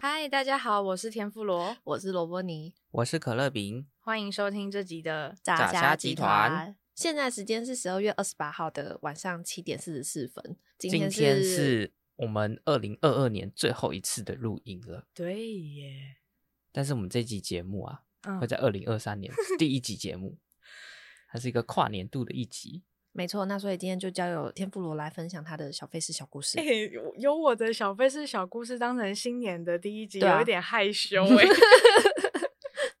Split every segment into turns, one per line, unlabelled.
嗨，大家好，我是田富罗，
我是罗伯尼，
我是可乐饼，
欢迎收听这集的
炸虾集团。
现在时间是十二月二十八号的晚上七点四十四分。今
今
天
天
是
是我们二零二二年最后一次的录音了，
对耶，
但是我们这集节目啊，
嗯
会在二零二三 年第一集节目，它是一个跨年度的一集。
没错，那所以今天就交由天妇罗来分享他的小费事小故事。
欸有有我的小费事小故事当成新年的第一集，
对啊
有一点害 羞哎、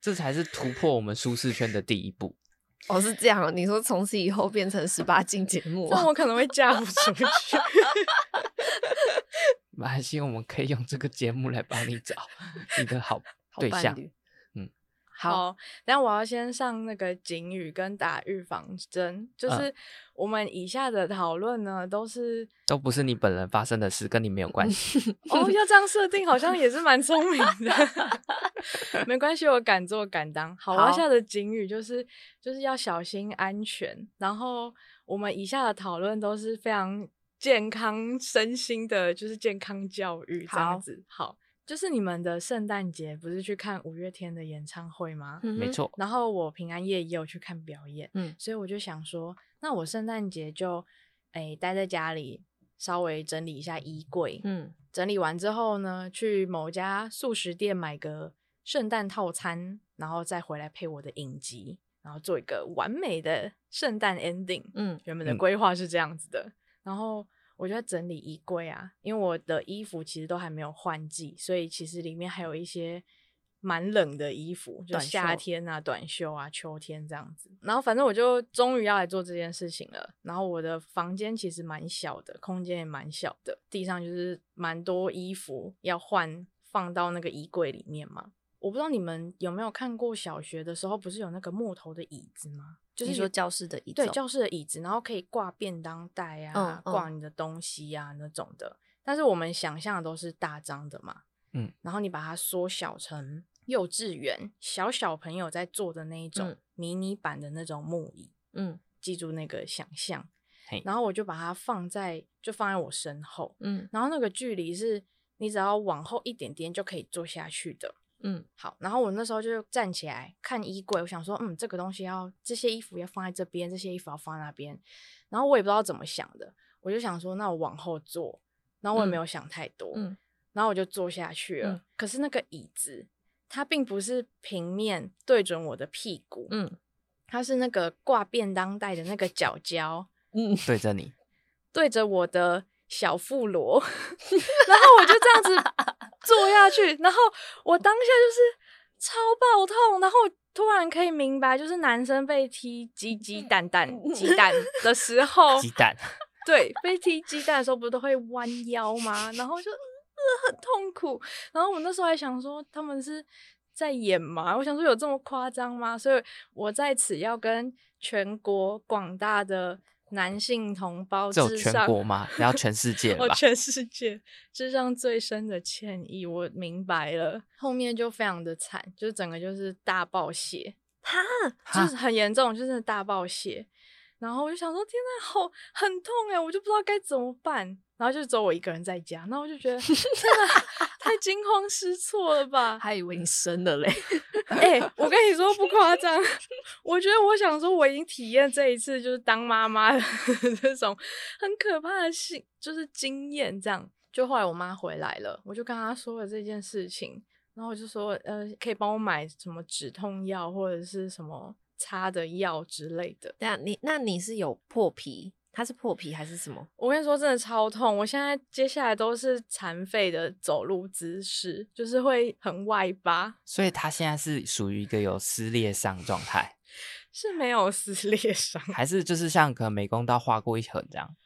这才是突破我们舒适圈的第一步。
哦，是这样哦，你说从此以后变成十八禁节目、
那
啊，
我可能会嫁不出 去。
马来西亚，我们可以用这个节目来帮你找你的好
好
对
伴
象。
侣。
嗯，
好，，
但我要先上那个警语跟打预防针，就是我们以下的讨论呢，都是
都不是你本人发生的事，跟你没有关系。
哦，要这样设定好像也是蛮聪明的。 没关系，我敢做敢当。好，我
好
要下的警语就是就是要小心安全。然后我们以下的讨论都是非常健康身心的，就是健康教育这样
好
子。好，就是你们的圣诞节不是去看五月天的演唱会吗？
嗯哼
没，错，
然后我平安夜也有去看表演，
嗯
所以我就想说，那我圣诞节就诶待在家里，稍微整理一下衣柜，
嗯，
整理完之后呢，去某家素食店买个圣诞套餐，然后再回来配我的影集，然后做一个完美的圣诞 ending。
嗯，
原本的
嗯
规划是这样子的，然后我就在整理衣柜啊，因为我的衣服其实都还没有换季，所以其实里面还有一些蛮冷的衣服，就
短袖
夏天啊、短袖啊、秋天这样子。然后反正我就终于要来做这件事情了。然后我的房间其实蛮小的，空间也蛮小的，地上就是蛮多衣服要换，放到那个衣柜里面嘛。我不知道你们有没有看过小学的时候，不是有那个木头的椅子吗？就是
你
有
说教室的一
对教室的椅子，然后可以挂便当袋啊，
嗯
挂你的东西啊那种的。但是我们想象的都是大张的嘛，
嗯，
然后你把它缩小成幼稚园小小朋友在做的那一种
嗯
迷你版的那种木椅，
嗯
记住那个想象
嘿。
然后我就把它放在，就放在我身后，
嗯
然后那个距离是你只要往后一点点就可以坐下去的。
嗯，
好，然后我那时候就站起来看衣柜，我想说，嗯，这个东西要这些衣服要放在这边，这些衣服要放在那边。然后我也不知道怎么想的，我就想说，那我往后坐。然后我也没有想太多，
嗯
然后我就坐下去了。
嗯
可是那个椅子，它并不是平面对准我的屁股，
嗯
它是那个挂便当袋的那个角角，
嗯，
对着你，
对着我的小腹罗，然后我就这样子 坐下去，然后我当下就是超爆痛，然后突然可以明白，就是男生被踢鸡鸡蛋 蛋鸡蛋的时候，
鸡蛋，
对，被踢鸡蛋的时候不都会弯腰吗？然后就、呃、很痛苦。然后我那时候还想说，他们是在演吗？我想说有这么夸张吗？所以我在此要跟全国广大的男性同胞
这有
致
全
上，
国吗？然后全世界了
我
吧？
全世界致上最深的歉意。我明白了，后面就非常的惨，就是整个就是大爆血。
哈，
就
哈
是很严重，就是大爆血。然后我就想说，天呐，好很痛哎，我就不知道该怎么办。然后就只有我一个人在家，那我就觉得天呐， 太惊慌失措了吧？
还以为你生了嘞，
哎、我跟你说不夸张， 我觉得我想说我已经体验这一次就是当妈妈的 这种很可怕的性，就是经验这样。就后来我妈回来了，我就跟她说了这件事情，然后我就说，呃，可以帮我买什么止痛药或者是什么擦的药之类的。
对啊，你那你是有破皮，它是破皮还是什么？
我跟你说，真的超痛！我现在接下来都是残废的走路姿势，就是会很外八，
所以他现在是属于一个有撕裂伤状态，
是没有撕 裂伤。
还是就是像可能美工刀划过一痕这样？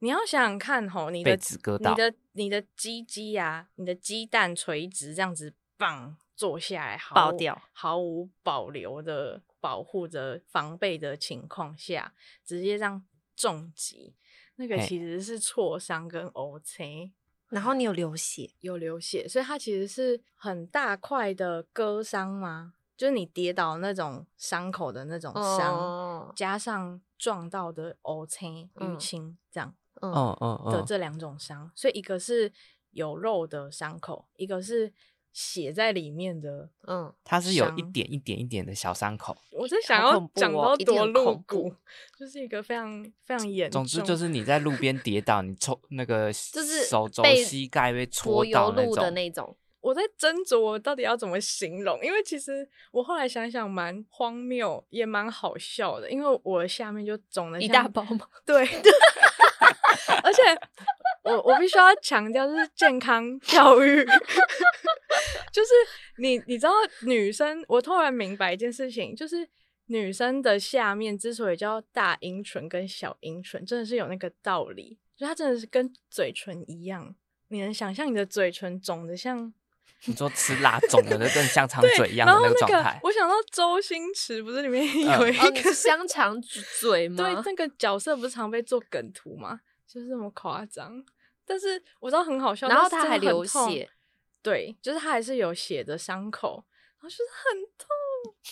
你要想想看吼，你的
被纸割到
你的你的鸡鸡啊，你的鸡蛋垂直这样子棒坐下来，毫无
爆掉，
毫无保留的保护着、防备的情况下，直接这样重击，那个
嘿
其实是挫伤跟 O C
然后你有流血，
有流血，所以它其实是很大块的割伤吗？就是你跌倒那种伤口的那种伤，
哦，
加上撞到的凹青、淤
嗯
青这样
嗯，
哦哦
的
哦，
这两种伤，所以一个是有肉的伤口，一个是血在里面的。
嗯，
它是有一
伤
点一点一点的小伤口。
我在想
好
要
恐怖
讲
哦
到
一定
多
很
露
恐怖
骨，就是一个非常非常严重。
总之就是你在路边跌倒，你抽那 个
就是
手肘、
被
膝盖被
柏
戳
油
到
路的
种。
那种，
我在斟酌我到底要怎么形容，因为其实我后来想想蛮荒谬，也蛮好笑的，因为我下面就肿了
一
像
大包吗？
对，而且我我必须要强调，就是健 康教育， 就是你你知道女生，我突然明白一件事情，就是女生的下面之所以叫大阴唇跟小阴唇，真的是有那个道理，就它真的是跟嘴唇一样，你能想象你的嘴唇肿的像
你说吃辣肿的那跟 香肠
对
嘴一样的
然后
个
那
状
个
态，
我想到周星驰不是里面
嗯
有一
哦，你
个
是香肠 嘴
对
吗？，
那个角色不是常被做梗图吗？就是这么夸张。但是我知道很好笑，
然后
但是
他还
真的很
流
痛
血，
对，就是他还是有血的伤口，然后就是很痛。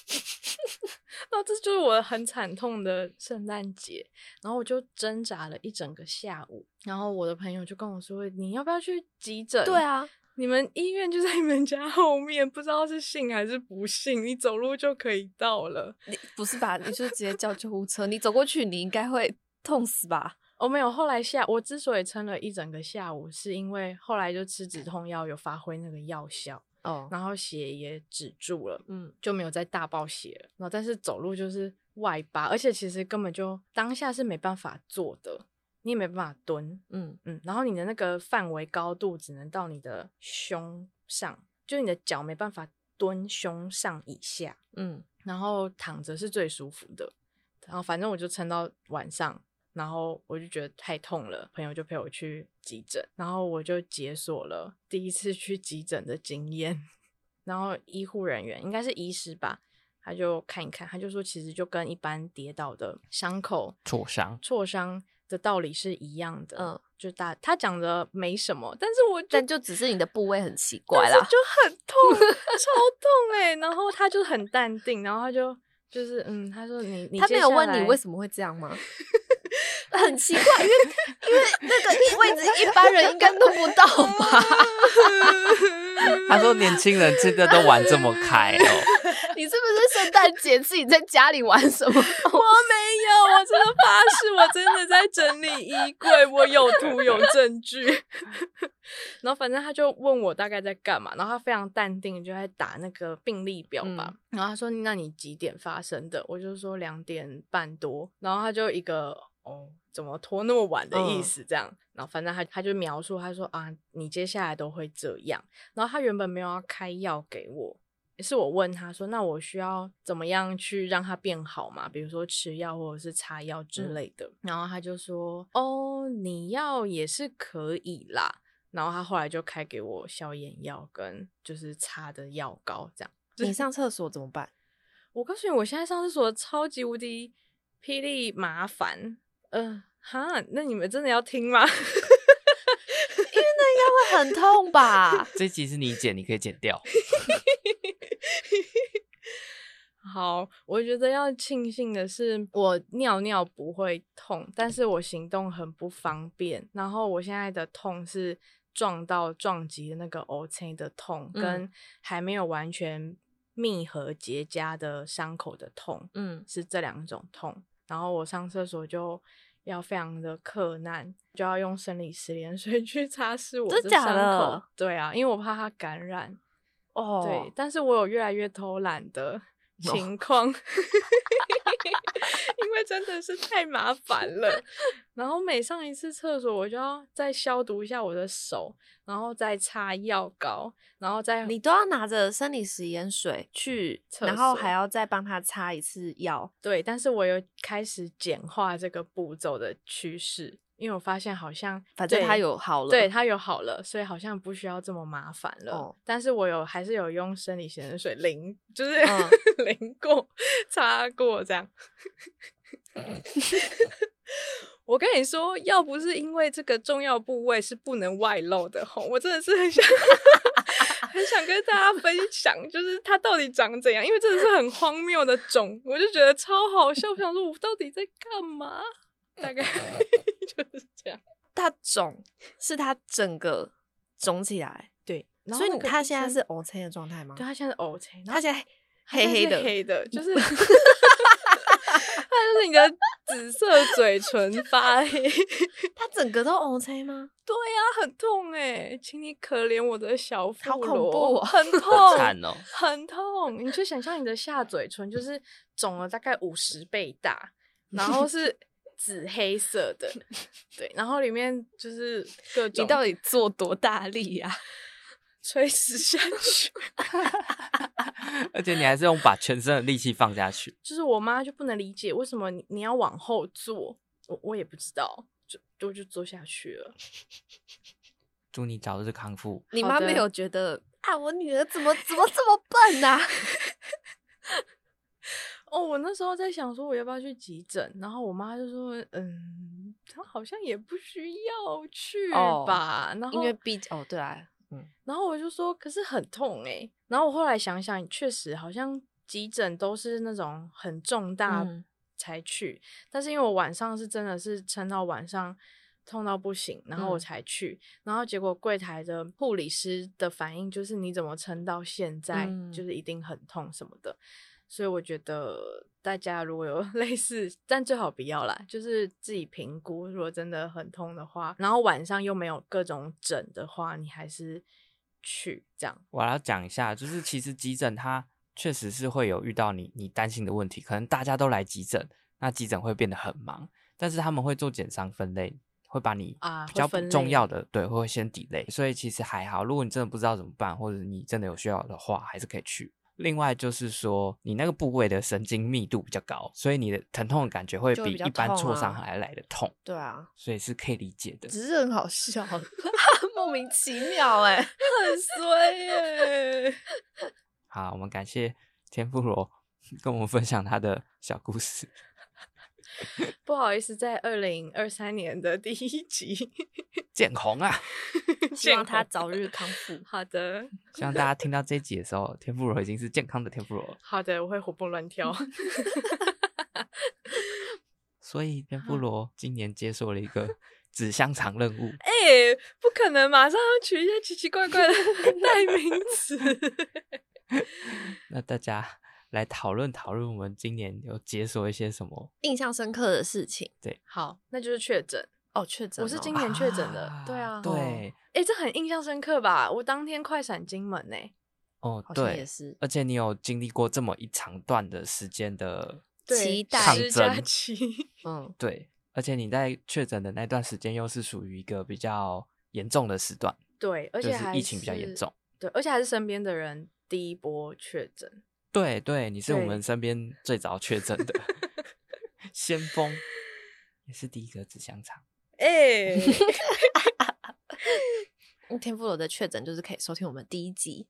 然后这就是我的很惨痛的圣诞节，然后我就挣扎了一整个下午，然后我的朋友就跟我说：“你要不要去急诊？”
对，啊，
你们医院就在你们家后面，不知道是信还是不信，你走路就可以到了。
你不是吧？你就直接叫救护车，你走过去，你应该会痛死吧？
我、哦没有，后来下我之所以撑了一整个下午，是因为后来就吃止痛药有发挥那个药效，
哦，
然后血也止住了，
嗯，
就没有再大爆血了。然后但是走路就是外八，而且其实根本就当下是没办法坐的，你也没办法蹲，
嗯
嗯，然后你的那个范围高度只能到你的胸上，就是你的脚没办法蹲胸上以下，
嗯，
然后躺着是最舒服的。然后反正我就撑到晚上，然后我就觉得太痛了，朋友就陪我去急诊，然后我就解锁了第一次去急诊的经验。 然后医护人员应该是医师吧，他就看一看，他就说其实就跟一般跌倒的伤口
挫伤。
挫伤的道理是一样的，
嗯，
就大他讲的没什么，但是我就
但就只是你的部位很奇
但
怪
是
啦。
就很痛，超痛哎、然后他就很淡定，然后他就就是嗯，他说你你
他没有问你为
么
什么会这样 吗？很奇怪，因为因为那 个位置一般人应该弄不到吧？
他说年轻人真的都玩这么开哦，
你是不是圣诞节自己在家里玩什
我
么？
没有，我真的发誓，我真的在整理衣柜，我有图有证据。 然后反正他就问我大概在干嘛，然后他非常淡定，就在打那个病历表吧。
嗯
然后他说：“那你几点发生的？”我就说两点半多。然后他就一个哦，怎么拖那么晚的意
嗯
思这样。然后反正他他就描述，他说啊，你接下来都会这样。然后他原本没有要开药给我，是我问他说，那我需要怎么样去让它变好嘛？比如说吃药或者是擦药之
嗯
类的。然后他就说，哦，你要也是可以啦。然后他后来就开给我消炎药跟就是擦的药膏这样。
你上厕所怎么办？
我告诉你，我现在上厕所超级无敌霹雳麻烦。嗯、哈，那你们真的要听吗？
会很痛吧？
这集是你剪，你可以剪掉。
好，我觉得要庆幸的是，我尿尿不会痛，但是我行动很不方便。然后我现在的痛是撞到撞击的那个 O C 的痛，
嗯
跟还没有完全密合结痂的伤口的痛，
嗯，
是这两种痛。然后我上厕所就要非常的困难，就要用生理食盐水去擦拭我
真
的
假
伤口。
的
对啊，因为我怕它感染。
哦
对，，但是我有越来越偷懒 的情况，因为真的是太麻烦了。然后每上一次厕所，我就要再消毒一下我的手，然后再擦药膏，然后再
你都要拿着生理食盐水去，
厕
然后
所
还要再帮他擦一次药。
对。但是我有开始简化这个步骤的趋势，因为我发现好像
反正
对
他有好了，
对，它有好了，所以好像不需要这么麻烦了。
哦
但是我有还是有用生理盐水淋，就是、
嗯
淋过、擦过这样。 我跟你说，要不是因为这个重要部位是不能外露的吼，我真的是很想。 很想跟大家分享，就是它到底长怎样，因为真的是很荒谬的种，我就觉得超好笑，我想说我到底在干嘛？大概 就是这样。
它肿是它整个肿起来，
对，然后
所以
那个
它
医
现在
生
是 OK 的状态吗
对？哦他现在是 O K，然
它
后
现在
它现
黑
在
黑
是黑
的，
的，就是它就是你的紫色嘴唇发 黑，
它整个都 OK 吗？
它很痛哎、请你可怜我的小腹
好恐
罗
怖哦
很
好
痛，
惨哦！
很痛。你就想象你的下嘴唇就是肿了大概五十倍大，然后 是紫黑色的，对，然后里面就是各种
底做多大力呀、
垂死下去。
而且你还是用把全身的力气放下去，
就是我妈就不能理解为什么你你要往后坐，我我也不知道，就就就坐下去了。
祝你早日康复。
你
好
妈
的
没有觉得啊，我女儿怎么怎么这么笨啊呐、
哦，我那时候在想说我要不要去急诊，然后我妈就说，嗯，她好像也不需要去
哦
吧。 然
因
后
为毕竟哦，对啊，
然后我就说，可是很痛哎、然后我后来想想，确实好像急诊都是那种很重大
嗯
才去，但是因为我晚上是真的是撑到晚上痛到不行，然后我
嗯
才去，然后结果柜台的护理师的反应就是你怎么撑到现在，
嗯
就是一定很痛什么的，所以我觉得大家如果有 类似，但最好不要啦，就是自己评估。如果真的很痛的话，然后晚上又没有各种疹的话，你还是去这样。
我要讲一下，就是其实急诊它确实是会有遇到你你担心的问题，可能大家都来急诊，那急诊会变得很忙，但是他们会做减伤分类，会把你
啊
比较
会分类
重要的对会先 delay，所以其实还好。如果你真的不知道怎么办，或者你真的有需要的话，还是可以去。另外就是说，你那个部位的神经密度比较高，所以你的疼痛的感觉会
就会
比
比较
一般
痛
挫伤
啊
还来的痛，
对啊，
所以是可以理解的。
只是很好笑， 莫名其 妙哎、
很 衰耶、
好，我们感谢天妇罗 跟我们分享他的小故事。
不好意思，在二零二三年的第一集
见红啊！
希望她
见
早日康复
红。。好的，
希望大家听到这一集的时候，天妇罗已经是健康的天妇罗了。
好的，我会活蹦乱 跳。
所以天
嗯
妇罗今年接受了一 个纸香肠任务，
哎、不可能，马上要取一些奇奇怪怪 的代名 词。
那大家来讨论讨论我们今年有解锁一些什么？
印象深刻的事情
好，那就是确诊。
哦，确诊、
我是今年确诊的对啊
对，
哎、这很印象深刻吧？我当天快闪金门呢、
哦
好像也
对，
是
而且你有经历过这么一长段的时间的，
对
期待
抗
施
争
佳 琪
嗯，
对，而且你在确诊的那段时间又是属于一个比较严重的时段，
对，而且
就
还
是疫情比较严
是
重。
对，而且还是身边的人第一波确 诊，
对对，你是我
对
们身边最早确诊 的先锋，也是第一个纸香肠。
哎、
天妇罗的确诊就是可以收听我们第一集，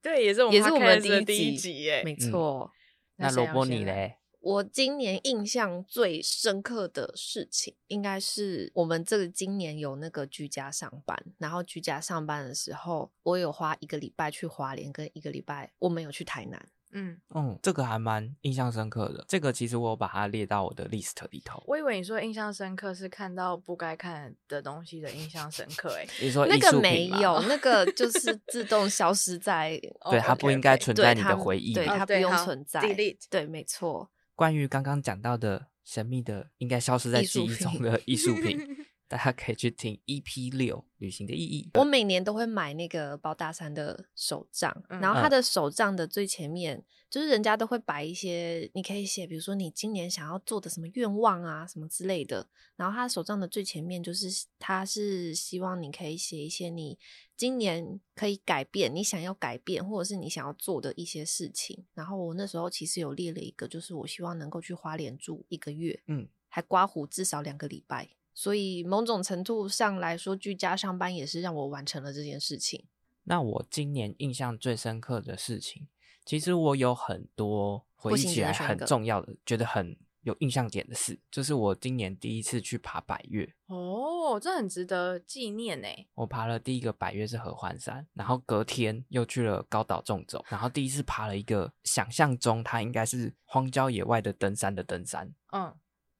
对，也是我们
也是我们
podcast 的第
一
集耶、
没
嗯
错。
那
那
谁
萝
要
卜
先
你
来
嘞？
我今年印象最深刻的事情，应该是我们这个今年有那个居家上班，然后居家上班的时候，我有花一个礼拜去花莲，跟一个礼拜我没有去台南。
嗯，
嗯，这个还蛮印象深刻的。这个其实我有把它列到我的 list 里头。
我以为你说印象深刻是看到不该看的东西的印象深刻、哎，
你说
那
艺
个
术
没
品嘛
有，那个 就是自动消失在哦
对它不应该存在你
对
的
它
回忆
对
里。
它
哦
不
对
用
好
存在。
delete
对，没错。
关于刚刚讲到的神秘的、应该消失在
艺术
记忆
品
中的艺术 品，大家可以去听 EP 六《旅行的意义》。
我每年都会买那个包大山的手杖，
嗯
然后它
嗯
的手杖的最前面，就是人家都会摆一些，你可以写，比如说你今年想要做的什么愿望啊，什么之类的。然后它手杖的最前面就是，它是希望你可以写一些你今年可以改变，你想要改变，或者是你想要做的一些事情。然后我那时候其实有列了一个，就是我希望能够去花莲住一个月，
嗯，
还刮胡至少两个礼拜。所以某种程度上来说，居家上班也是让我完成了这件事情。
那我今年印象最深刻的事情，其实我有很多回
不
忆
行
起
只能
来
选一
很
个
重要的，觉得很有印象点的事，就是我今年第一次去爬百越，
哦，这很值得纪念呢。欸
我爬了第一个百越是合欢山，然后隔天又去了高岛纵走，然后第一次爬了一个想象中它应该是荒郊野外的登山的登山，
嗯，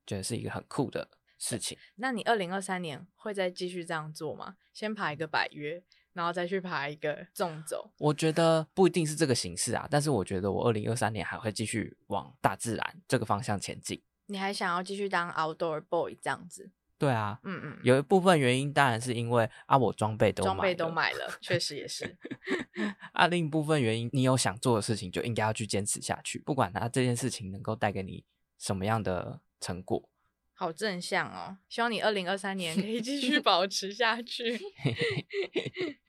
觉得是一个很酷的事情。
那你二零二三年会再继续这样做吗？先爬一个百约，然后再去爬一个纵走。
我觉得不一定是这个形式啊，但是我觉得我二零二三年还会继续往大自然这个方向前进。
你还想要继续当 outdoor boy 这样子？
对啊，
嗯嗯，
有一部分原因当然是因为啊我装备都
装备
了
都买了，确实也 是。
啊，另一部分原因，你有想做的事情，就应该要去坚持下去，不管它这件事情能够带给你什么样的成果。
好正向哦，希望你二零二三年可 以继续保持下去。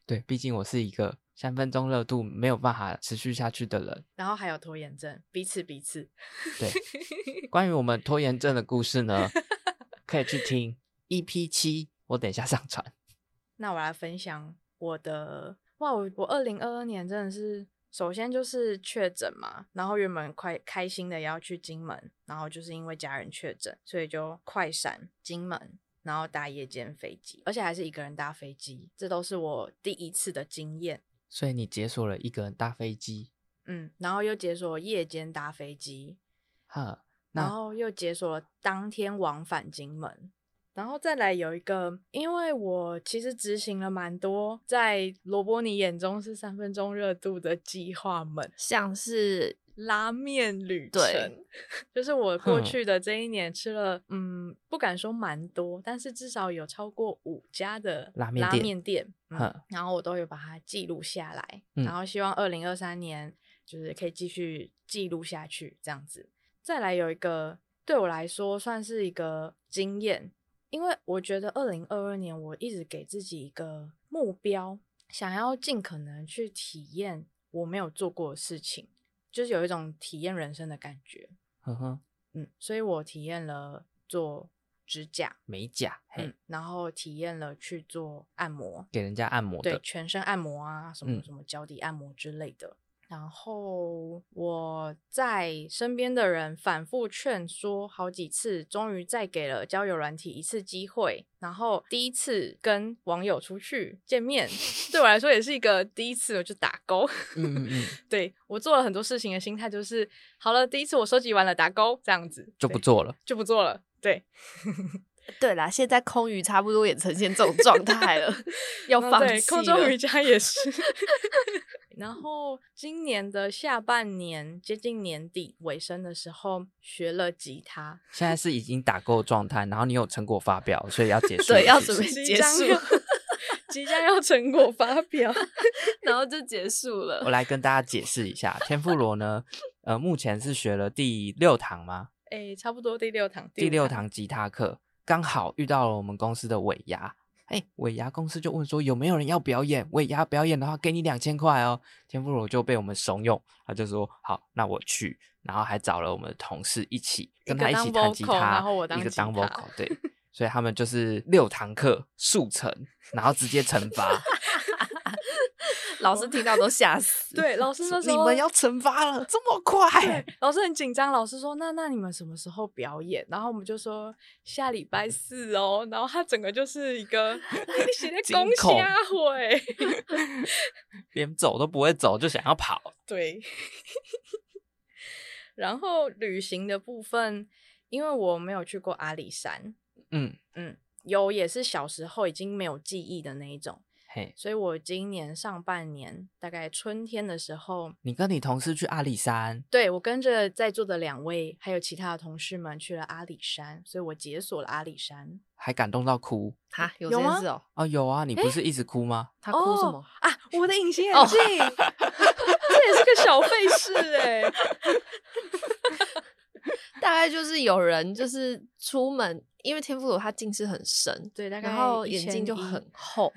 对，毕竟我是一个三分钟热度没有办法持续下去的人。
然后还有拖延症，彼此彼此。
对，关于我们拖延症的故事呢，可以去听 EP 七，我等一下上传。
那我来分享我的哇，我我二零二二年真的是，首先就是确诊嘛，然后原本快开心的也要去金门，然后就是因为家人确诊，所以就快闪金门，然后搭夜间飞机，而且还是一个人搭飞机，这都是我第一次的经验。
所以你解锁了一个人搭飞机，
嗯，然后又解锁夜间搭飞机，
哈，
然
那
后又解锁了当天往返金门，然后再来有一个，因为我其实执行了蛮多在罗伯尼眼中是三分钟热度的计划们。
像是
拉面旅程
对，
就是我过
哼
去的这一年吃了，嗯，不敢说蛮多，但是至少有超过五家的
拉面
拉
店
面店，嗯
哼，
然后我都有把它记录下来，
嗯
然后希望二零二三年就是可以继续记录下去，这样子。再来有一个对我来说算是一个经验，因为我觉得二零二二年我一直给自己一个目标，想要尽可能去体验我没有做过的事情，就是有一种体验人生的感觉。
呵呵，
嗯，所以我体验了做指甲，
美甲，嘿，
嗯，然后体验了去做按摩，
给人家按摩
对
的，
全身按摩啊，什么
嗯
什么脚底按摩之类的。然后我在身边的人反复劝说好几次，终于再给了交友软体一次机会。然后第一次跟网友出去见面，对我来说也是一个第一次，我就打勾。
嗯嗯嗯，
对我做了很多事情的心态就是，好了，第一次我收集完了打勾，这样子
就不
对
做了。
就不做了。对，
对啦，现在空余差不多也呈现这种状态 了，要
哦
放
对
弃
空中
了
瑜 伽也是。 然后今年的下半年接近年底尾声的时候，学了吉他，
现在是已经打勾状态，然后你有成果发表，所以要结束了。
对要
是
准
不
备
是
即
结
将
束
要 即将要成果发表。
然后就结束
我
了。
来跟大家解释一下，天妇罗呢，呃，目前是学了第六堂吗？
哎、差不多第六堂，
第
五
六，堂吉他课，刚好遇到了我们公司的尾牙。哎，尾牙公司就问说有没有人要表演？尾牙表演的话，给你两千块哦。天妇罗就被我们怂恿，他就说好，那我去。然后还找了我们的同事一起
一个
跟他一起
当
弹吉
vocal，
他，
然后我当
一个
吉
当
他
vocal，对。所以他们就是六堂课速成，然后直接惩 罚。
老师听到都吓死。
对老师那时
你
候
们要惩罚了，这么快？
老师很紧张，老师说那那你们什么时候表演？然后我们就说下礼拜四哦。然后他整个就是一 个你写在
惊
公
恐
虾会，
连走都不会走，就想要跑。
对，然后旅行的部分，因为我没有去过阿里山，
嗯，
嗯，有也是小时候已经没有记忆的那一种，
嘿，
所以我今年上半年大概春天的时候，
你跟你同事去阿里山，
对我跟着在座的两位还有其他的同事们去了阿里山，所以我解锁了阿里山。
还感动到哭
哈，有
有
这
吗
件事哦。
啊、有啊，你不是一直哭吗？
他哭什么
哦？啊？我的隐形眼
哦
镜， 这也是个小费 事哎、
大概就是有人就是出门，因为天妇罗他近视很深，
对，大概
然后眼
1100
镜就很厚。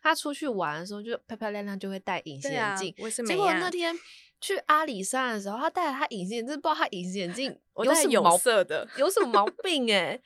他出去玩的时候就漂漂亮亮就会戴隐形
对
眼
啊
镜，，
我是
结
没
果
呀
那天去阿里山的时候，他戴了他隐形眼镜，不知道他隐形眼镜
我
有
戴
什么
有
毛
色的
有什么毛病哎、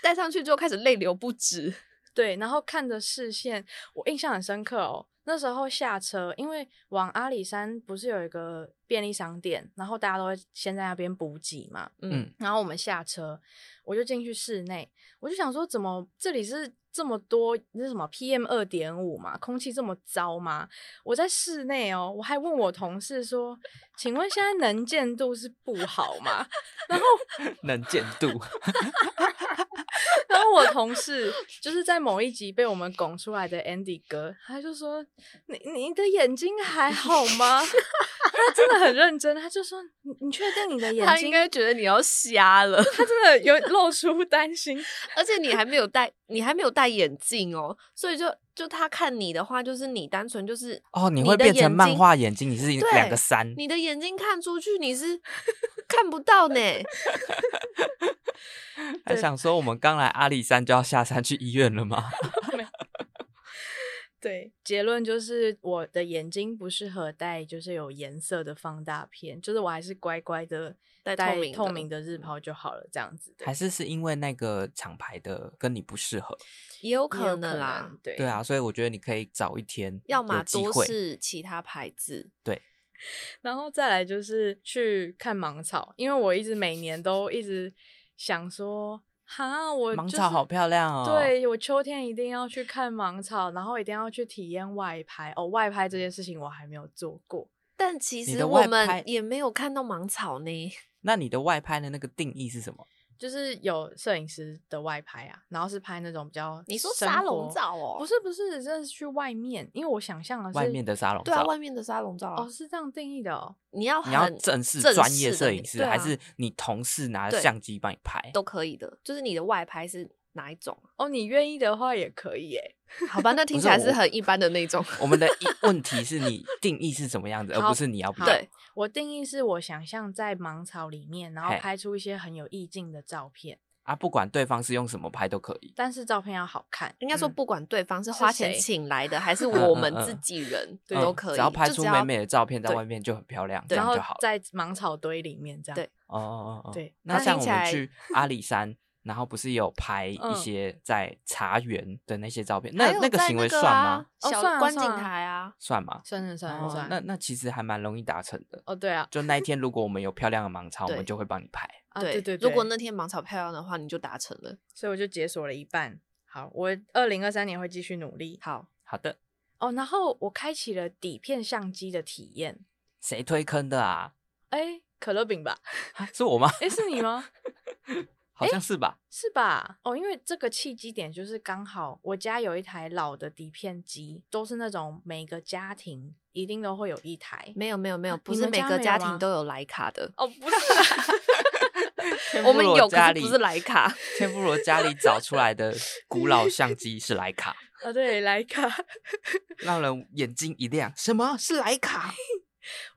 戴上去之后开始泪流不止。
对，然后看着视线，我印象很深刻哦。那时候下车，因为往阿里山不是有一个便利商店，然后大家都会先在那边补给嘛。
嗯，
然后我们下车，我就进去室内，我就想说，怎么这里是这么多那是什么 PM 二点五嘛，空气这么糟吗？我在室内哦，我还问我同事说，请问现在能见度是不好吗？
能见度，
然后我同事就是在某一集被我们拱出来的 Andy 哥，他就说：“你你的眼睛还好吗？” 他真的很认真，他就说：“你你确定你的嗯眼
他应
睛
该觉得你要瞎了，
他真的有露出担心。
而且你还没有戴，你还没有戴眼镜哦，所以就就他看你的话，就是你单纯就是
哦，你
你
会
的
变成
眼
漫
睛
画眼睛，你是
对
两个山，
你的眼睛看出去你是看不到呢。
还
对
想说我们刚来阿里山就要下山去医院了吗？”
对，结论就是我的眼睛不适合戴就是有颜色的放大片，就是我还是乖乖的
戴透明的
透明的日抛就好了，这样子。对
还是是因为那个厂牌的跟你不适合？
也
也有
有
可能啦，，
对
对啊，所以我觉得你可以早一天，
要么
有机
多
会
试其他牌子。
然后再来就是去看芒草，因为我一直每年都一直想说，哈，我、就
芒
是、
草好漂亮哦，，
对我秋天一定要去看芒草，然后一定要去体验外拍。哦，外拍这件事情我还没有做过。
但其
你
实
的
我
外拍
们也没有看到芒草呢，
那你的外拍的那个定义是什么？
就是有摄影师的外拍啊，然后是拍那种比较
你说
生
沙龙
活
照哦
不是不是，真的是去外面，因为我想象的是
外面的沙龙
对啊，
照，
外面的沙龙照啊
哦，是这样定义的哦，
你要
你要
很
正式
正
专
式
业
的
摄
你
影师，
对啊
还是你同事拿
对
相机帮你拍？
都可以的，就是你的外拍是哪一种？啊
哦，你愿意的话也可以耶。
好吧，那听
不
起来
我
是很一般的那 种。
我们的 一问题是你定义是怎么样子，而
好
不是你要不
好
要。
对，
我定义是我想象在芒草里面，然后
嘿
拍出一些很有意境的照片，
啊，不管对方是用什么拍都可以。
但是照片要好看。
应该说
嗯
不管对方是
是
花钱
谁
请来的，还是
嗯
我
嗯
们
嗯
自己人，
对
都可以。
只要拍
就
出
只
美
要
美的照片，在
对
外面就很漂亮，这
然
样
后
就好了。
在芒草堆里面这样。
对
哦哦哦，哦
对
那
那听
像我
起
们
来
去阿里山，然后不是有拍一
嗯
些在茶园的那些照片，
还
那
有
那个
在
行为
个
算吗？
哦
啊小
算啊
观景
算啊
台啊，
算吗？
算了算了
哦
算了。
那那其实还蛮容易达成的。
哦，对啊，
就那一天，如果我们有漂亮的芒草，我们
对
就会帮你拍。
啊对对
如果
对
那天芒草漂亮的话，你就达成了。
所以我就解锁了一半。好，我二零二三年会继续努力。
好，
好的，
哦，然后我开启了底片相机的体验。
谁推坑的啊？
哎，可乐饼 吧？
啊是我吗？
哎，是你吗？
好像是吧？
是吧？哦，因为这个契机点就是刚好我家有一台老的底片机，都是那种每个家庭一定都会有一台。
没有没有没有，不
你
是
们
每
家没
个
有
家
吗
庭都有徕卡的。
哦，不 是
天
啊我
妇
们
罗
有，可
家
是
里
不是徕卡。
天妇罗家里找出来的古老相机是 徕卡，
啊，对，莱卡。
让人眼睛一亮。什么是徕卡？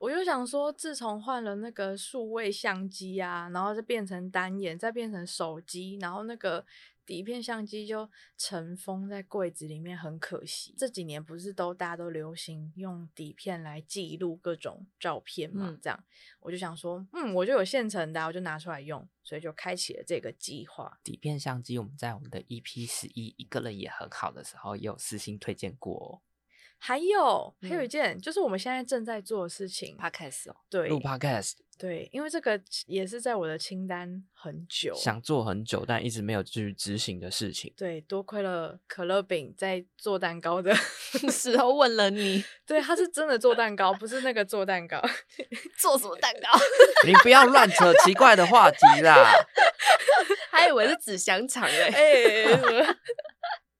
我就想说，自从换了那个数位相机啊，然后再变成单眼，再变成手机，然后那个底片相机就尘封在柜子里面，很可惜。这几年不是都大家都流行用底片来记录各种照片嘛？
嗯
这样我就想说，嗯，我就有现成的啊、我就拿出来用，所以就开启了这个计划。
底片相机，我们在我们的 EP 十一一个人也很好的时候，也有私心推荐过、哦
还有还有一
嗯
件，就是我们现在正在做的事情，
Podcast 哦，
哦，
对
录 Podcast
对，因为这个也是在我的清单很久，
想做很久但一直没有去执行的事情。
对，多亏了可乐饼在做蛋糕的，
时候问了你
对，他是真的做蛋糕，不是那个做 蛋糕。
做什么蛋糕，
你不要乱扯奇怪的话题啦。
还以为是纸香肠哎、
哎、什么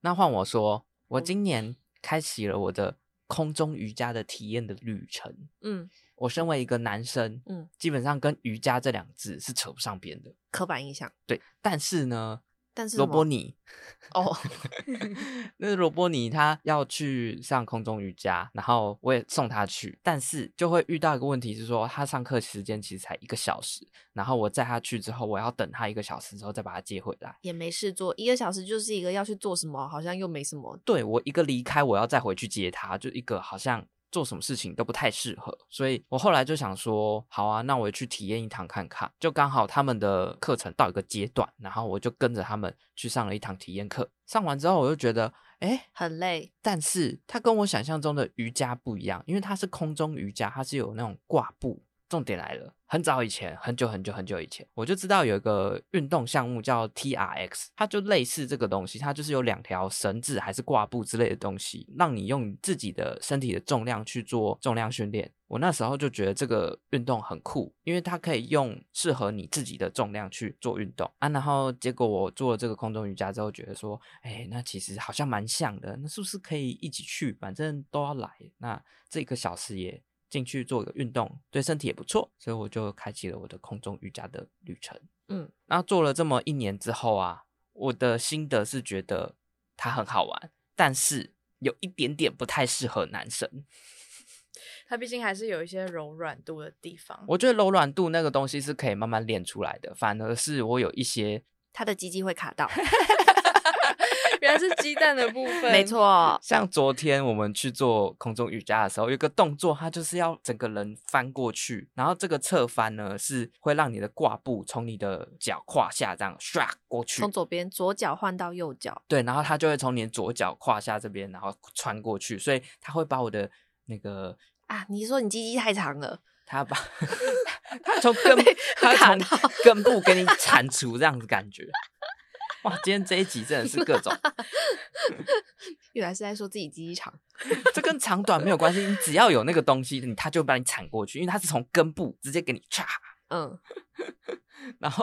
那换我说，我
嗯
今年开启了我的空中瑜伽的体验的旅程。
嗯，
我身为一个男生，嗯
嗯，
基本上跟瑜伽这两字是扯不上边的。
刻板印象。
对，但是呢，
但是
罗
什么
伯尼，
哦，
那罗伯尼他要去上空中瑜伽，然后我也送他去，但是就会遇到一个问题是说，他上课时间其实才一个小时，然后我载他去之后，我要等他一个小时之后再把他接回来。
也没事做，一个小时就是一个要去做什么，好像又没什么。
对我一个离开，我要再回去接他，就一个好像做什么事情都不太适合，所以我后来就想说，好啊，那我去体验一堂看看。就刚好他们的课程到一个阶段，然后我就跟着他们去上了一堂体验课。上完之后，我就觉得，哎，
很累，
但是它跟我想象中的瑜伽不一样，因为它是空中瑜伽，它是有那种挂布。重点来了，很早以前，很久很久很久以前，我就知道有一个运动项目叫 T R X，它就类似这个东西，它就是有两条绳子还是挂布之类的东西，让你用你自己的身体的重量去做重量训练。我那时候就觉得这个运动很酷，因为它可以用适合你自己的重量去做运动啊。然后结果我做了这个空中瑜伽之后，觉得说，哎，那其实好像蛮像的，那是不是可以一起去？反正都要来，那这个小时也进去做个运动，对身体也不错，所以我就开启了我的空中瑜伽的旅程。
嗯，
然后做了这么一年之后啊，我的心得是觉得它很好玩，但是有一点点不太适合男生。
它毕竟还是有一些柔软度的地方。
我觉得柔软度那个东西是可以慢慢练出来的，反而是我有一些
他的鸡鸡会卡到，
原来是鸡蛋的部 分，
没。错，
像昨天我们去做空中瑜伽的时候，有一个动作，它就是要整个人翻过去，然后这个侧翻呢是会让你的挂布从你的脚胯下这样唰过去
从，左边左脚换到右脚，
对，然后它就会从你的左脚胯下这边然后穿过去，所以它会把我的那个
啊，你说你鸡鸡太长了，
它把 它从根
被
它
卡
从
到
根部给你铲除这样子感觉。哇，今天这一集真的是各种
原来是在说自己鸡鸡长，
这跟长短没有关系，你只要有那个东西，你它就把你铲过去，因为它是从根部直接给你嚓，
嗯，
然后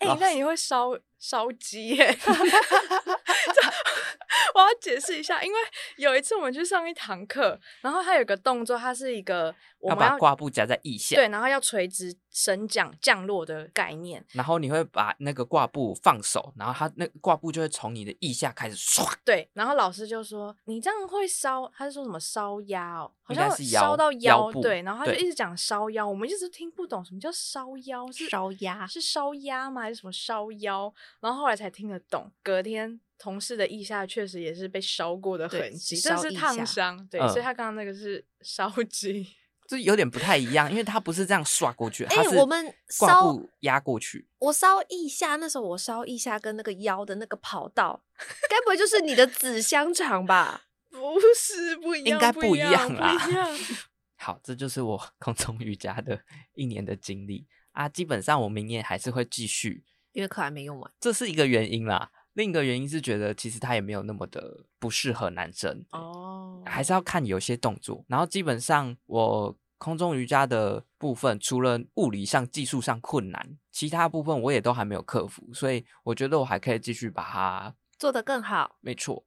哎、
老
那你会烧烧鸡 耶？这 我要解释一下，因为有一次我们去上一堂课，然后它有个动作，它是一个我
要
们
把
要
挂布夹在腋下，
对，然后要垂直升降降落的概念。
然后你会把那个挂布放手，然后它那个挂布就会从你的腋下开始唰，
对，然后老师就说你这样会烧，他是说什么烧腰哦，好
应该
像
是腰
烧到
腰部
对，然后他就
对
一直讲烧腰，我们一直听不懂什么叫烧腰，是啊
烧鸭
是烧鸭吗？还是什么烧腰？然后后来才听得懂。隔天同事的腋下确实也是被烧过的
对
痕迹，
烧
但是
腋下
烫伤，对，所以
嗯
他刚刚那个是烧 鸡。
这有点不太一样，因为它不是这样刷过去，
哎
它是
我们
挂
烧
布压过去，
我烧腋下，那时候我烧腋下跟那个腰的那个跑道，该不会就是你的纸香肠吧？
不是不一样，
应该
不
不一样啦
不一样。
好，这就是我 空中瑜伽的一年的经历啊。基本上我明年还是会继续，
因为课还没用完，
这是一个原因啦。另一个原因是觉得其实它也没有那么的不适合男生，
哦，
还是要看有些动作。然后基本上我空中瑜伽的部分，除了物理上、技术上困难，其他部分我也都还没有克服，所以我觉得我还可以继续把它。
做得更好。
没错，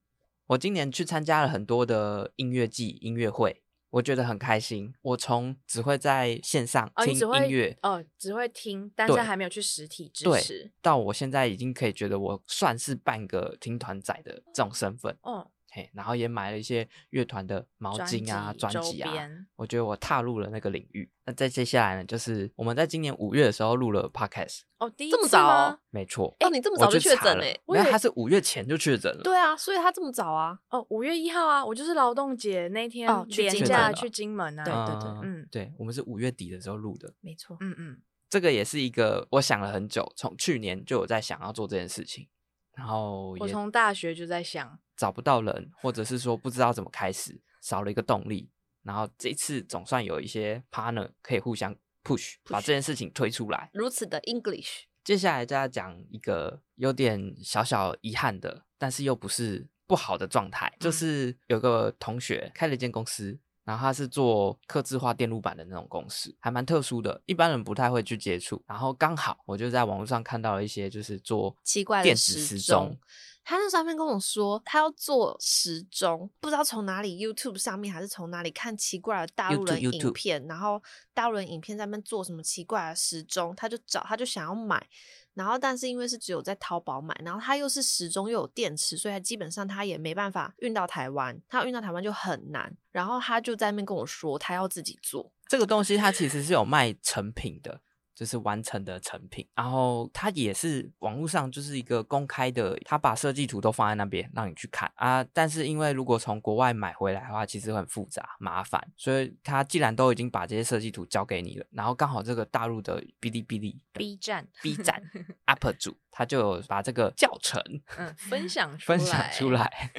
我今年去参加了很多的音乐季、音乐会。我觉得很开心，我从只会在线上
哦，
听
你只
音
会
乐，
哦，只会听，但是
对
还没有去实体支
对
持。
到我现在已经可以觉得我算是半个听团仔的这种身份，
哦，
嘿，然后也买了一些乐团的毛
专
巾啊、
辑
专
周
辑啊，
边
我觉得我踏入了那个领域。那再接下来呢，就是我们在今年五月的时候录了 podcast，
哦，第一
这么
次
早
吗
哦
没错。
哦，你这
这
么早就确诊
了
哎？，
我
没有，
以为
他是五月前就确诊了。
对啊，所以他这么早啊，
哦，五月一号啊，我就是劳动节那天
哦去
廉
金
价
门
去金门啊，
对
嗯，
对对
嗯
对，我们是五月底的时候录的。
没错。
嗯嗯，
这个也是一个我想了很久，从去年就有在想要做这件事情，然后
我
也
从大学就在想，
找不到人，或者是说不知道怎么开始，少了一个动力。然后这次总算有一些 partner 可以互相 push，把这件事情推出来。
如此的 English，
接下来就要讲一个有点小小遗憾的，但是又不是不好的状态，就
嗯
是有个同学开了一间公司。然后他是做刻字化电路板的那种公司，还蛮特殊的，一般人不太会去接触。然后刚好我就在网络上看到了一些，就是做
奇怪的
电子
时
时钟
钟。，他那上面跟我说，他要做时钟，不知道从哪里 YouTube 上面还是从哪里看奇怪的大陆
YouTube-
人
YouTube
影片然后大陆人影片在那边做什么奇怪的时钟，他就找，他就想要买，然后但是因为是只有在淘宝买，然后它又是时钟又有电池，所以它基本上它也没办法运到台湾，它要运到台湾就很难，然后他就在那边跟我说他要自己做，
这个东西它其实是有卖成品的，就是完成的成品。然后它也是网络上就是一个公开的，它把设计图都放在那边让你去看啊。但是因为如果从国外买回来的话，其实很复杂麻烦，所以它既然都已经把这些设计图交给你了，然后刚好这个大陆的哔哩哔哩
B 站
B 站 UP 主，他就有把这个教程
嗯分享
分享出来。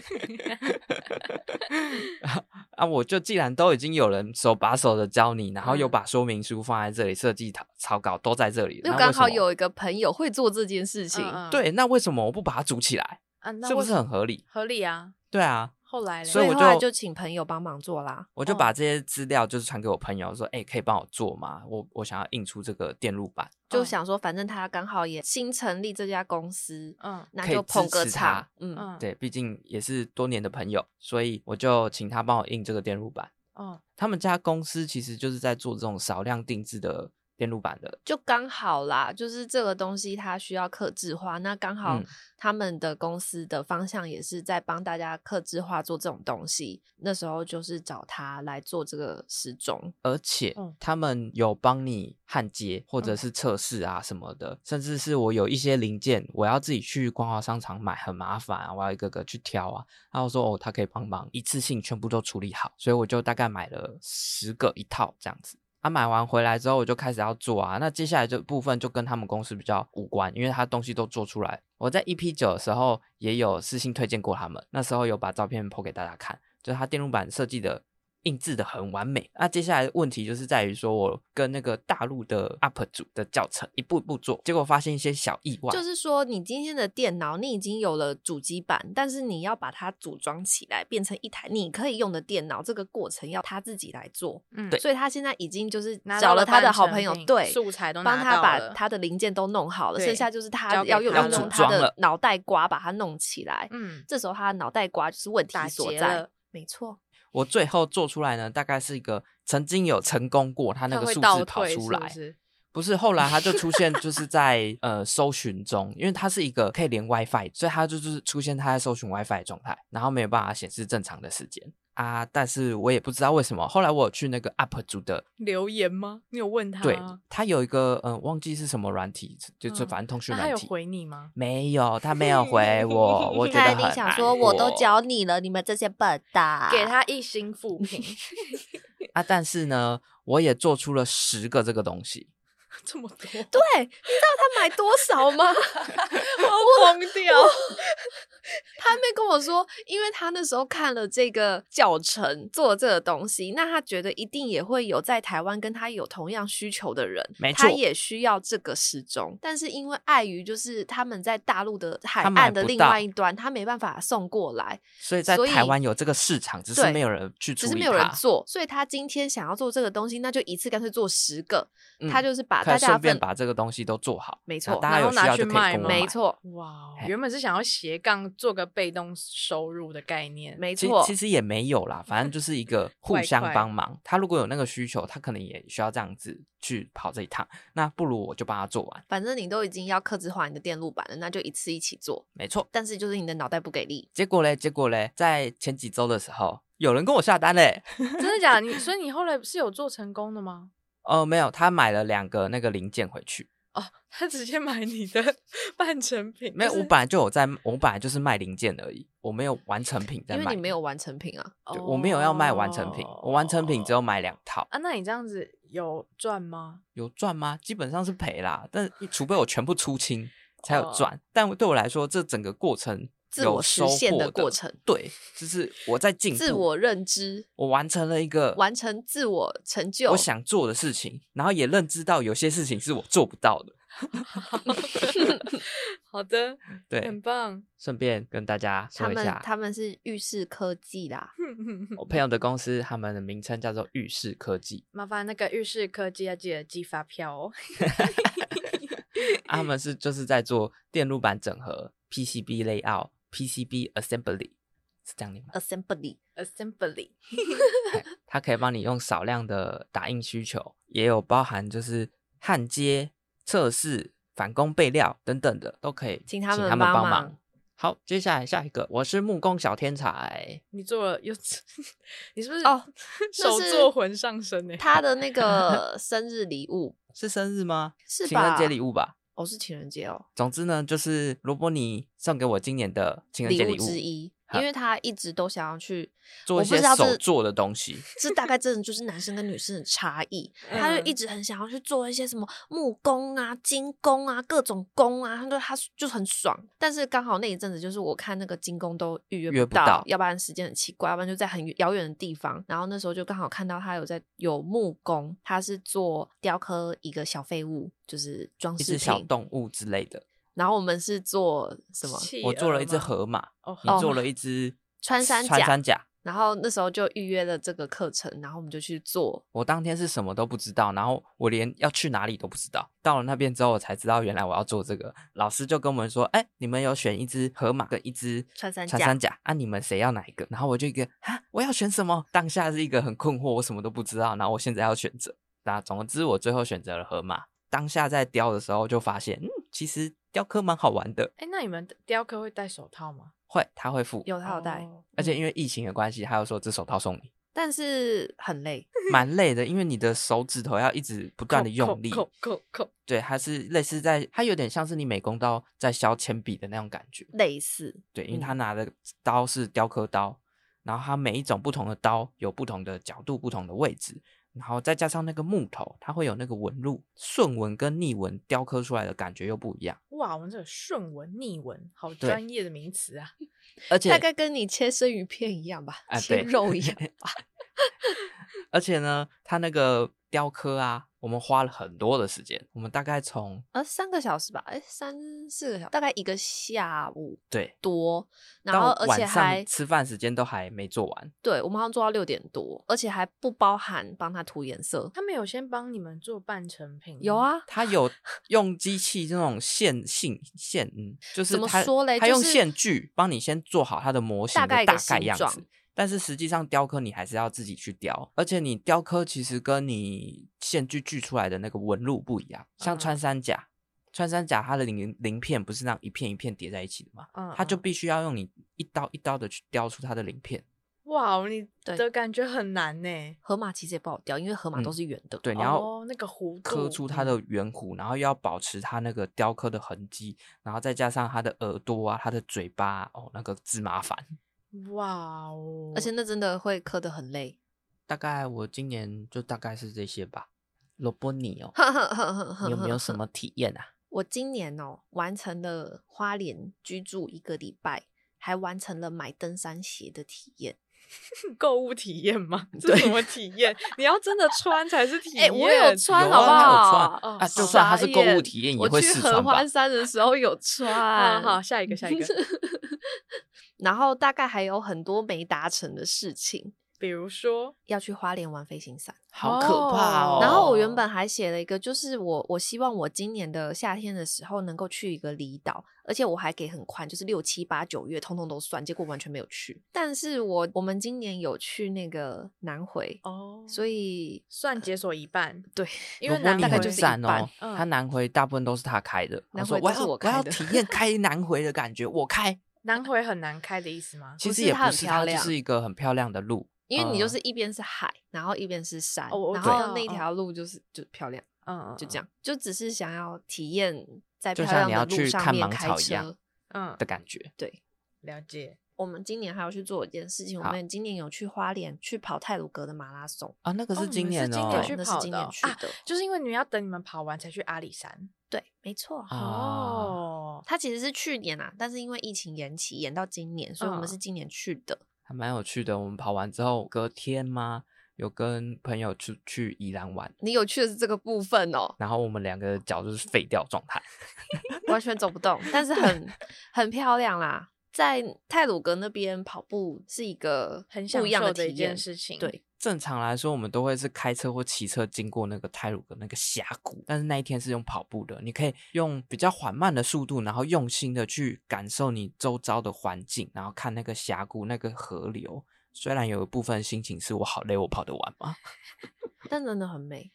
啊，我就既然都已经有人手把手的教你，然后又
嗯
把说明书放在这里，设计草草稿都在这里，
又
那
刚
为什
好
么
有一个朋友会做这件事情，
嗯嗯
对，那为什么我不把它组起来？
啊，那
是不
为
是
什
很
么
合理？
合理啊？
对啊，
后来嘞，
所以我
后来
就
就请朋友帮忙做啦。
我就
哦
把这些资料就是传给我朋友说，哎、可以帮我做吗？我我想要印出这个电路板，
就
嗯
想说，反正他刚好也新成立这家公司，
嗯
那
可以
就捧
支
个
持
场
他。
嗯，
嗯
对，毕竟也是多年的朋友，所以我就请他帮我印这个电路板。
哦
他们家公司其实就是在做这种少量定制的电路板的，
就刚好啦，就是这个东西它需要克制化，那刚好
嗯
他们的公司的方向也是在帮大家克制化做这种东西。那时候就是找他来做这个时钟，
而且
嗯
他们有帮你焊接或者
嗯
是测试啊什么的，甚至是我有一些零件，我要自己去光华商场买，很麻烦啊，我要一个个去挑啊。然后说哦，他可以帮忙一次性全部都处理好，所以我就大概买了十个一套这样子。啊，买完回来之后我就开始要做啊，那接下来这部分就跟他们公司比较无关，因为他东西都做出来。我在 EP 九的时候也有私信推荐过他们，那时候有把照片 PO 给大家看，就是它电路板设计的印制的很完美。那接下来问题就是在于说我跟那个大陆的 UP 主的教程一步一步做，结果发现一些小意外，
就是说你今天的电脑你已经有了主机板，但是你要把它组装起来变成一台你可以用的电脑，这个过程要他自己来做。
嗯
所以他现在已经就是
拿
找
到
了
了
他的
半
好
成
朋友，
品
对，
素材都
帮
拿
他
到
把
了
他的零件都弄好了，剩
对
下就是他
交给
要用
他
运
了
用
组
他
装
的
了
脑袋瓜把它弄起来。
嗯
这时候他的脑袋瓜就是问题
打
所
结
在
了，
没错。
我最后做出来呢，大概是一个曾经有成功过，他那
它
个
会
数
倒
字跑
退
出来，
是不是
不是，后来它就出 现，就是在呃搜寻中，因为它是一个可以连 WiFi，所以它就是出现它在搜寻 WiFi 的状态，然后没有办法显示正常的时间啊。但是我也不知道为什么，后来我有去那个 UP 主的，
留言吗？你有问他
对
吗？，
他有一个嗯、呃忘记是什么软体，就是
嗯
反正通讯
那他
软
有
体。
回你吗？
没有，他没 有回我，我觉
他
得
一定
很
想
难
说，我都
过
教你了，你们这些笨蛋，
给他一星负 评，
啊，但是呢，我也做出了十个这个东西，
这 么多，好
对，你知道他买多少吗？
啊
疯掉！
他还没跟我说，因为他那时候看了这个教程，做了这个东西，那他觉得一定也会有在台湾跟他有同样需求的人，
没
他
错
也需要这个时钟，但是因为碍于就是他们在大陆的海
他买
岸的
不
另
到
外一端，他没办法送过来，
所以在
所以
台湾有这个市场，只是
对
没有人去处
只
理
是
它。
没有人做，所以他今天想要做这个东西，那就一次干脆做十个，
嗯
他就是把
可
大
以
家的
顺便
份，
把这个东西都做好，
没
那
错
大家
然
有
后
需
拿
要
去
就可以
卖
跟
嘛
我买
没。错，
哇，哦
嘿
原本是想要斜杠做个被动收入的概念，
没
其
错，
其实也没有啦，反正就是 一个互
快
相
快
帮忙。他如果有那个需求，他可能也需要这样子去跑这一趟。那不如我就帮他做完，
反正你都已经要克制化你的电路板了，那就一次一起做，
没错。
但是就是你的脑袋不给力，
结果嘞，结果嘞，在前几周的时候，有人跟我下单嘞。
真的假的？你所以你后来是有做成功的吗？
哦，没有，他买了两个那个零件回去。
哦，他直接买你的 半成品，
没有，
就是
我本来就有在，我本来就是卖零件而已，我没有完成品在
因
卖。
为你没有完成品啊。
对，我没有要卖完成品，我完成品
哦
只有买两套。
啊，那你这样子有赚吗？
有赚吗？基本上是赔啦，但
嗯
是除非我全部出清才有
哦
赚。但对我来说，这整个过程
自
有
我实
收
现
获
的
的
过程
对，就是我在进步，
自我认知，
我完成了一个
完成自我成就。
我想做的事情，然后也认知到有些事情是我做不到的。
好的，很
对，
棒。
顺便跟大家
嗯他
说一
们
下，
他们是浴室科技啦，
我朋友的公司他们的名称叫做浴室科技，
麻烦那个浴室科技要记得寄发票哦。
啊他们是就是在做电路板整合、PCB layout、PCB assembly，是这样念吗？
assembly
Assembly，
它可以帮你用少量的打印需求，也有包含就是焊接、测试、反光备料等等的，都可以
请他们
们帮
帮忙。
好，接下来下一个，我是木工小天才，
你做了又，你是不是
哦
手
那是
做魂上身欸呢、
他的那 个生日礼物
是生日吗？
是
情人
吧？
节礼物吧。
哦，是情人节哦，
总之呢，就是罗伯尼送给我今年的情人
礼
节
物
礼物
之一，
哈
因为他一直都想要去
做
我
一
不
些
知道
手
这
做的东西。
这大概真的就是男生跟女生的差异。他
嗯
嗯
就一直很想要去做一些什么木工啊、精工啊、各种工啊，他就他就很爽。但是刚好那一阵子，就是我看那个精工都预约
约不
不到，
到
要不然时间很奇怪，要不然就在很遥远的地方。然后那时候就刚好看到他有在有木工，他是做雕刻一个小废物，就是装
一
饰
只小
品。
动物之类的，
然后我们是做什么？
企
我做了一只
呃
鹅吗
河马，
哦，
你
哦
做了一只
穿山
穿
甲
山甲。
然后那时候就预约了这个课程，然后我们就去做。
我当天是什么都不知道，然后我连要去哪里都不知道。到了那边之后，我才知道原来我要做这个。老师就跟我们说：“哎、你们有选一只河马跟一只
穿山
穿
甲
山甲啊，你们谁要哪一个？”然后我就一个啊，我要选什么？当下是一个很困惑，我什么都不知道。然后我现在要选择，那总之我最后选择了河马。当下在雕的时候就发现，嗯，其实雕刻蛮好玩的。
哎、那你们雕刻会戴手套吗？
会，他会付，
有套带，
哦
而且因为疫情的关系，他又说这手套送你，
但是很累。
蛮累的，因为你的手指头要一直不断的用力。
扣扣扣扣
对，它是类似在，它有点像是你美工刀在削铅笔的那种感觉。
类似，
对，因为
嗯
他拿的刀是雕刻刀，然后它每一种不同的刀有不同的角度、不同的位置，然后再加上那个木头，它会有那个纹路，顺纹跟逆纹雕刻出来的感觉又不一样。
哇，我们这个顺纹逆纹，好
对
专业的名词啊！
而且
大概跟你切生鱼片一样吧，
啊
切
对
肉一 样吧。
而且呢，它那个雕刻啊，我们花了很多的时间，我们大概从
呃，三个小时吧，哎，三四个小时，大概一个下午
对
多，然后
到
而
晚
且
上
还
吃饭时间都还没做完，
对我们好像做到六点多，而且还不包含帮他涂颜色。
他们有先帮你们做半成品吗，
有啊，
他 有用机器这种线性线，嗯，就是
怎么
他
说嘞
他
就
用
是
线锯帮你先做好它的模型
大
的
概一
大
个
概
形
样
状
子。但是实际上雕刻你还是要自己去雕，而且你雕刻其实跟你线锯锯出来的那个纹路不一样。像
嗯
穿山甲，穿山甲它的鳞鳞片不是那样一片一片叠在一起的嘛，
嗯，嗯
它就必须要用你一刀一刀的去雕出它的鳞片。
嗯哇，哦你
对
的感觉很难呢。
河马其实也不好雕，因为河马
嗯
都是圆的。
对，你要
哦那个弧
刻
度
嗯
出它的圆弧，然后又要保持它那个雕刻的痕迹，然后再加上它的耳朵啊、它的嘴巴啊、哦，那个字麻烦。
哇哦，
而且那真的会刻得很累。
大概我今年就大概是这些吧。罗伯尼哦，你有
有
没有什么体验啊？
我今年哦，完成了花莲居住一个礼拜，还完成了买登山鞋的体验。
购物体验吗？ 这
对
是什么体验？你要真的穿才是体验。
哎我有穿
有啊
好不
他有
好
穿
哦
啊，就算
傻
它是购物
眼
体验，也
我
会
去
试
合
穿吧
欢。山的时候有穿，
好好，下一个，下一个，
然后大概还有很多没达成的事情，
比如说，
要去花莲玩飞行伞。
好可怕哦！
然后我原本还写了一个，就是我我希望我今年的夏天的时候能够去一个离岛，而且我还给很宽，就是六七八九月通通都算，结果完全没有去。但是我我们今年有去那个南回，
哦，
所以
算解锁一半，
对，
因为
罗伯
南
尼
大概
很
就是一
赞
半
哦，
嗯
他南回大部分都是他开的。
南
说
回
我
都是
要
我
我要
开的
体验开南回的感觉，我开。
南回很难开的意思吗？
其
不
实
是
也
它
不
很
是，
漂
它就
亮
是一个很漂亮的路，
因为你就
嗯
是一边是海，然后一边是山，
哦我
然
知
后
道
那一
嗯
条路就是就漂亮。
嗯嗯，
就这样，就只是想要体验在
就
漂
像
亮
你
的路
要去
上
看
面
芒
开
草一样
车。
嗯，
的感觉。
对，
了解。
我们今年还要去做一件事情，我
好
们今年有去花莲去跑泰鲁格的马拉松，
啊，那个
哦
是
你
今
们是
年
今
哦，
年
对
去
那
跑
是今
的
年
哦
去
啊
的。
就是因为你要等你们跑完才去阿里山
对，没错。
啊
哦。
它其实是去年啊，但是因为疫情延期，延到今年，所以我们
嗯
是今年去的。
还蛮有趣的。我们跑完之后，隔天吗？有跟朋友出去宜兰玩，，
你有去的是这个部分哦
然后我们两个脚就是废掉状态。
完全走不动，但是很很漂亮啦。在泰鲁格那边跑步是一个
很
不
享
一样
受
体
的一
验
件，事情，
对，
正常来说，我们都会是开车或骑车经过那个泰鲁格那个峡谷，但是那一天是用跑步的，你可以用比较缓慢的速度，然后用心的去感受你周遭的环境，然后看那个峡谷、那个河流。虽然有一部分心情是我好累，我跑得完吗？
但真的很美。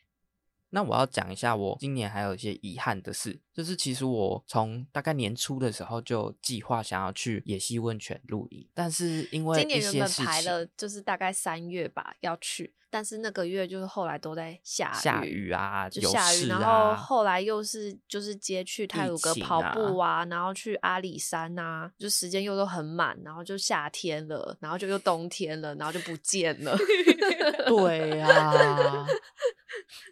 那我要讲一下，我今年还有一些遗憾的事，就是其实我从大概年初的时候就计划想要去野溪温泉露营，但是因为
今
一
年原
些
本
事
排
情，
了，就是大概三月吧要去，但是那个月就是后来都在下
下
雨
雨啊
就
有
下雨，
事
然后
啊
后来又是就是接去泰
疫
鲁阁
情
跑步啊，然后去阿里山啊，就时间又都很满，然后就夏天了，然后就又冬天了，然后就不见 了，
对呀、 啊，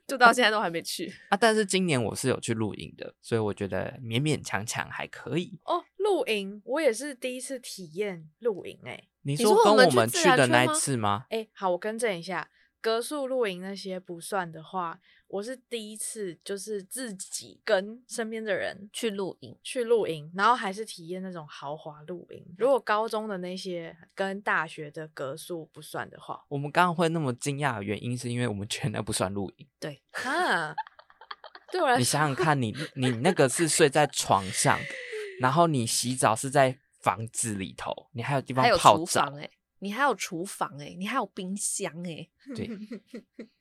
就到现在都还没去。
但是今年我是有去露营的，所以我觉得勉勉强强还可以。
哦，露营我也是第一次体验露营、欸，哎
你
你
说
说
跟
我们
我
去
们
自
去
然
的
圈
那一
吗
次吗？
哎、好，我更正一下，格数露营那些不算的话，我是第一次就是自己跟身边的人
去露营，
去露营，然后还是体验那种豪华露营。如果高中的那些跟大学的格数不算的话，
我们刚刚会那么惊讶的原因，是因为我们觉得那不算露营。
啊，对我来
你
说，
想想看你， 你那个是睡在床上，然后你洗澡是在房子里头，你还有地方
还有
泡
厨
澡
房，哎、你还有厨房哎、你还有冰箱哎、
对，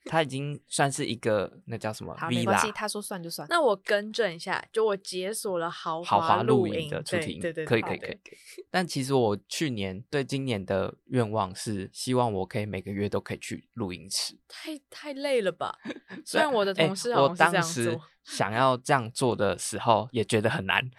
它已经算是一个那叫什么
好没关系，
villa
他说算就算。
那我更正一下，就我解锁了豪
豪华露
露
营的出
对
庭，
对对，
可以
对
可以
对
可以。可以但其实我去年对今年的愿望是，希望我可以每个月都可以去露营池。
太太累了吧？虽然我的
哎
同事
我
好像
当
是这
时
样做，
想要这样做的时候，也觉得很难。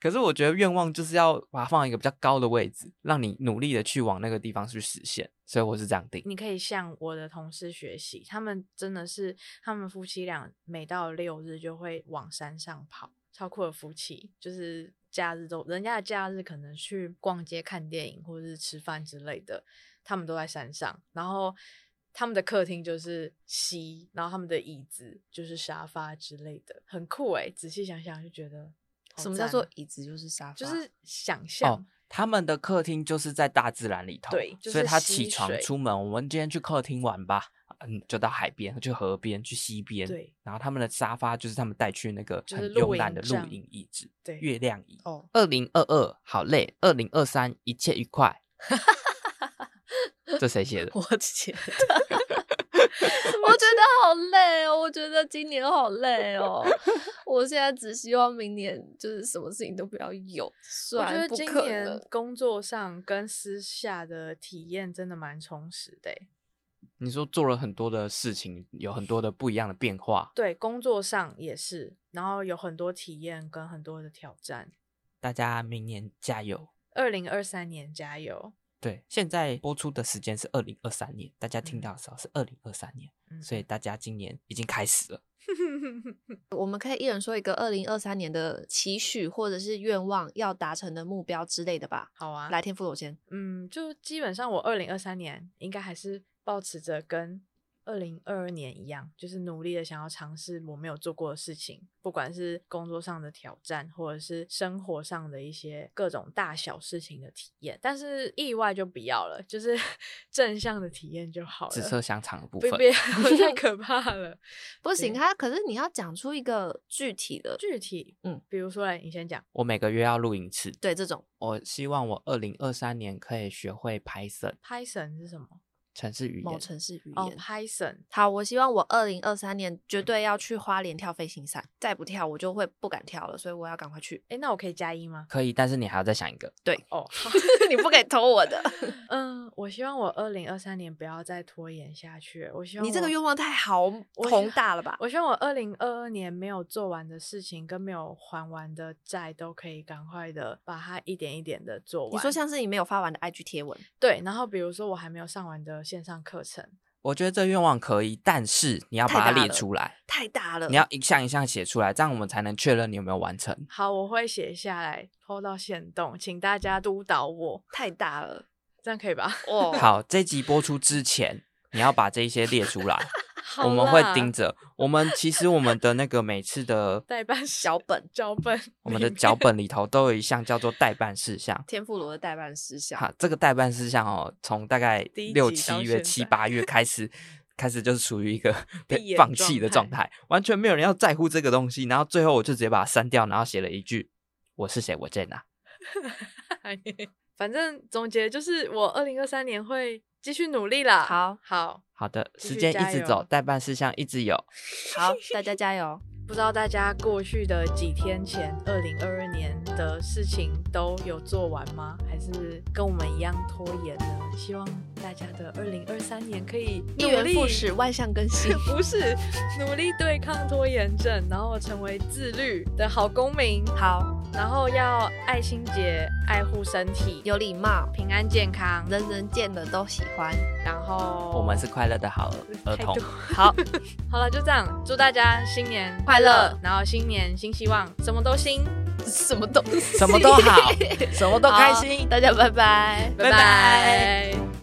可是我觉得愿望就是要把它放在一个比较高的位置，让你努力的去往那个地方去实现。所以我是这样定。
你可以向我的同事学习，他们真的是他们夫妻俩每到六日就会往山上跑，超酷的夫妻，就是。假日都，人家的假日可能去逛街、看电影或者是吃饭之类的，他们都在山上，然后他们的客厅就是溪，然后他们的椅子就是沙发之类的，很酷诶、仔细想想就觉得好
什么叫
赞
做
哦
椅子就是沙发？
就是想象、
哦，他们的客厅就是在大自然里头，
对就
所以
是
他
溪
起床
水
出门，我们今天去客厅玩吧，嗯，就到海边、去河边、去溪边，
对。
然后他们的沙发就是他们带去那个
就
很
是露
慵懒
营
的露
帐
营椅子，
对
月亮椅。
哦，
二零二二好累，二零二三一切愉 快。这 谁写的？
我觉得，我觉得好累哦，我觉得今年好累哦。我现在只希望明年就是什么事情都不要有，虽
我觉
然
得
啊不
今
可
年
能。
工作上跟私下的体验真的蛮充实的欸、
你说做了很多的事情，有很多的不一样的变化。
对，工作上也是，然后有很多体验跟很多的挑战。
大家明年加油！
二零二三年加油！
对，现在播出的时间是二零二三年，大家听
嗯
到的时候是二零二三年，
嗯
所以大家今年已经开始了。
我们可以一人说一个二零二三年的期许或者是愿望要达成的目标之类的吧。
好啊，
来，，天赋我先。
嗯，就基本上我二零二三年应该还是保持着跟二零二二年一样，就是努力的想要尝试我没有做过的事情，不管是工作上的挑战，或者是生活上的一些各种大小事情的体验。但是意外就不要了，就是 正向的体验就好了。
紫色香肠的部
不
分，
不要， 太可怕了。
不行，
对
他可是你要讲出一个具体的，
具体，
嗯
嗯，比如说嘞，你先讲。
我每个月要录一次。
对这种
我希望我二零二三年可以学会 Python
Python 是什么？
城市语
某
言。
城市语言。
哦，Python。
好，我希望我二零二三年绝对要去花莲跳飞行伞，再不跳我就会不敢跳了，所以我要赶快去。
哎，那我可以加一吗？
可以，但是你还要再想一个。
哦，好
你不可以偷我的，
嗯，我希望我二零二三年不要再拖延下去。我希望
你这
我
个愿望太好宏大了吧？
我希望我二零二二年没有做完的事情跟没有还完的债都可以赶快的把它一点一点的做完。
你说像是你没有发完的 IG 贴文，
对，然后比如说我还没有上完的线上课程，
我觉得这愿望可以，但是你要
太
把它
大
列
了呃
出来。
太大了，
你要一项一项写出来，这样我们才能确认你有没有完成。
好，我会写下来抛到线动，请大家督导我，
太大 了
这样可以吧？
哦。，
好，这集播出之前，你要把这一些列出来，
好
我们会
啦
盯着。我们其实我们的那个每次的
代办
小本
脚本里面，
我们的脚本里头都有一项叫做代办事项。
天妇罗的代办事项，
好，这个代办事项哦，从大概
第一
六
集
七
到
月、
现
七
在
八月开始，开始就是处于一个
闭
被
眼
放弃的
状
状态，完全没有人要在乎这个东西。然后最后我就直接把它删掉，然后写了一句：“我是谁？我在哪？”
反正总结就是，我二零二三年会继续努力啦。
好
好，
好的，
继
时
续
间
加
一直
油
走，代办事项一直有。
好，大家加 油！
不知道大家过去的几天前，二零二二年的事情都有做完吗？还是跟我们一样拖延呢？希望大家的二零二三年可以
一
努
元
力
复始，万象更新。
不是努力对抗拖延症，然后成为自律的好公民，
好，
然后要爱心节，爱护身体，
有礼貌，
平安健康，
人人见了都喜欢。
然后
我们是快乐的好儿
态
童
度。
好，
好了，就这样，祝大家新年
快乐
然后新年新希望，什么都新，
什 么都
什么都好，什么都开心。
大家拜拜，
拜拜